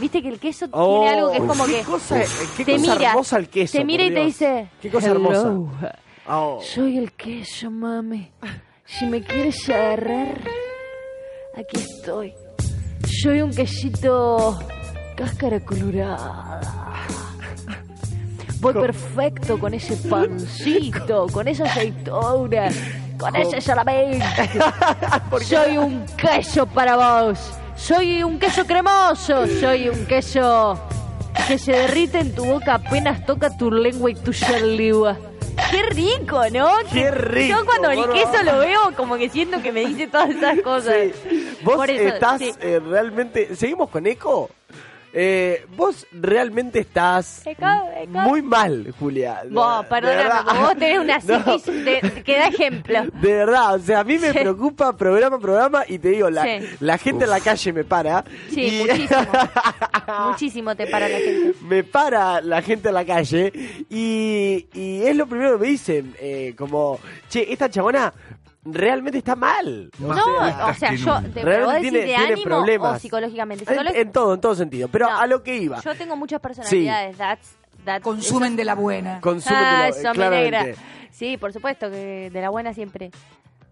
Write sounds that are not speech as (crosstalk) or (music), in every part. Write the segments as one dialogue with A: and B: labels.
A: Viste que el queso
B: Oh,
A: tiene algo que es como
B: qué
A: que
B: cosa- eh, qué
A: te
B: cosa
A: mira,
B: hermosa el queso,
A: te mira
B: por
A: y te
B: Dios.
A: dice,
B: Qué cosa hermosa.
A: "Hello,
B: Oh.
A: Soy el queso, mami. Si me quieres agarrar, aquí estoy. Soy un quesito cáscara colorada. Voy perfecto con ese
B: (laughs)
A: pancito, con esa aceitona, con ese salamín.
B: (laughs)
A: Soy un queso para vos. Soy un queso cremoso. Soy un queso que se derrite en tu boca apenas toca tu lengua y tu saliva. Qué rico, ¿no?
B: Qué
A: Que-
B: rico,
A: Yo cuando el
B: por
A: queso
B: favor.
A: lo veo como que siento que me dice todas esas cosas.
B: Vos
A: Por eso,
B: estás
A: sí.
B: eh, realmente. ¿Seguimos con eco? Eh, vos realmente estás
A: Eco, eco.
B: muy mal, Julia. De-
A: Vos,
B: de
A: perdóname,
B: verdad.
A: porque vos tenés una
B: (laughs) No.
A: psiquis de- que da ejemplo.
B: (laughs) De verdad, o sea, a mí me
A: Sí.
B: preocupa programa a programa y te digo, la,
A: Sí.
B: la gente en la calle me para.
A: Sí,
B: y- (laughs)
A: muchísimo. Muchísimo te para la gente.
B: me para la gente en la calle y, y es lo primero que me dicen, eh, como, che, esta chabona realmente está mal. O
A: No,
B: sea,
A: o sea,
C: que
A: yo,
C: nunca.
A: de, pero vos
B: realmente
A: decís
B: tiene,
A: de
B: tiene
A: ánimo
B: problemas.
A: o psicológicamente.
B: En, en todo, en todo sentido. Pero
A: No.
B: a lo que iba.
A: Yo tengo muchas personalidades. That's, that's- (laughs)
D: Consumen de la buena.
B: Consumo
A: Ah,
B: de lo-
A: eso, mi
B: claramente.
A: negra. Sí, por supuesto, que de la buena siempre.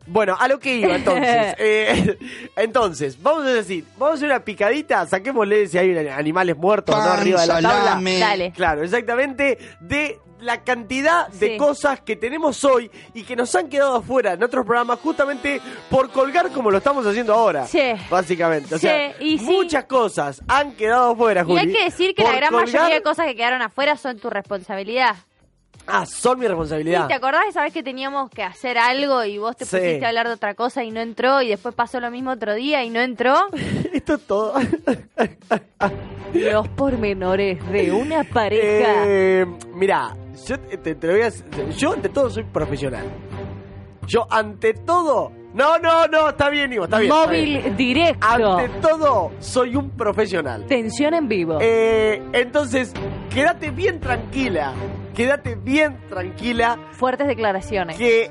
B: Bueno, a lo que
A: (laughs)
B: iba entonces. Eh, (laughs) entonces, vamos a decir, vamos a hacer una picadita, saquémosle si hay animales muertos o no
C: Pan,
B: arriba de la tabla.
C: salame.
A: Dale.
B: Claro, exactamente, de la cantidad de
A: Sí.
B: cosas que tenemos hoy y que nos han quedado afuera en otros programas justamente por colgar como lo estamos haciendo ahora.
A: Sí.
B: Básicamente. O
A: Sí,
B: sea,
A: y sí.
B: muchas cosas han quedado afuera,
A: Y
B: Juli.
A: hay que decir que la
B: por
A: gran mayoría
B: colgar-
A: de cosas que quedaron afuera son tu responsabilidad.
B: Ah, son mi
A: ¿Y
B: responsabilidad.
A: te acordás esa vez que teníamos que hacer algo y vos te
B: Sí.
A: pusiste a hablar de otra cosa y no entró y después pasó lo mismo otro día y no
B: (laughs)
A: entró?
B: Esto es todo.
A: Los pormenores de una
B: Eh, mira, yo te, te- te lo voy a hacer- Yo ante todo soy profesional. Yo ante todo. No, no, no, está bien, Ivo, está bien. está bien.
A: Móvil directo.
B: Ante todo, soy un profesional.
A: Tensión en vivo.
B: Eh, entonces, quédate bien tranquila. Quédate bien tranquila
A: Fuertes declaraciones.
B: que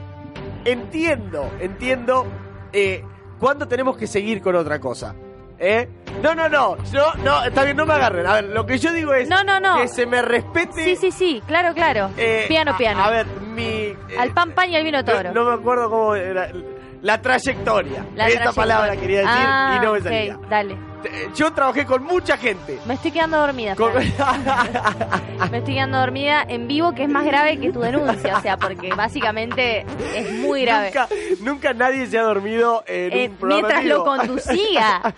B: entiendo, entiendo eh, cuándo tenemos que seguir con otra cosa. ¿Eh? No, no, no, yo, no, está bien, no me agarren. A ver, lo que yo digo es
A: No, no, no.
B: que se me respete.
A: Sí, sí, sí, claro, claro.
B: eh,
A: piano,
B: a-
A: piano.
B: A, ver, mi. eh,
A: Al pan, pan y al vino toro.
B: No, no me acuerdo cómo era. La trayectoria.
A: La
B: Esta
A: trayectoria.
B: palabra quería decir
A: Ah,
B: y no me
A: ok,
B: salía.
A: Dale.
B: Te- Yo trabajé con mucha gente.
A: Me estoy quedando dormida. (laughs)
B: Con-
A: Fran. Me estoy quedando dormida en vivo, que es más grave que tu denuncia. O sea, porque básicamente es
B: (laughs)
A: muy grave.
B: Nunca, nunca nadie se ha dormido en
A: Eh,
B: un programa.
A: mientras
B: en vivo.
A: lo
B: (laughs)
A: conducía.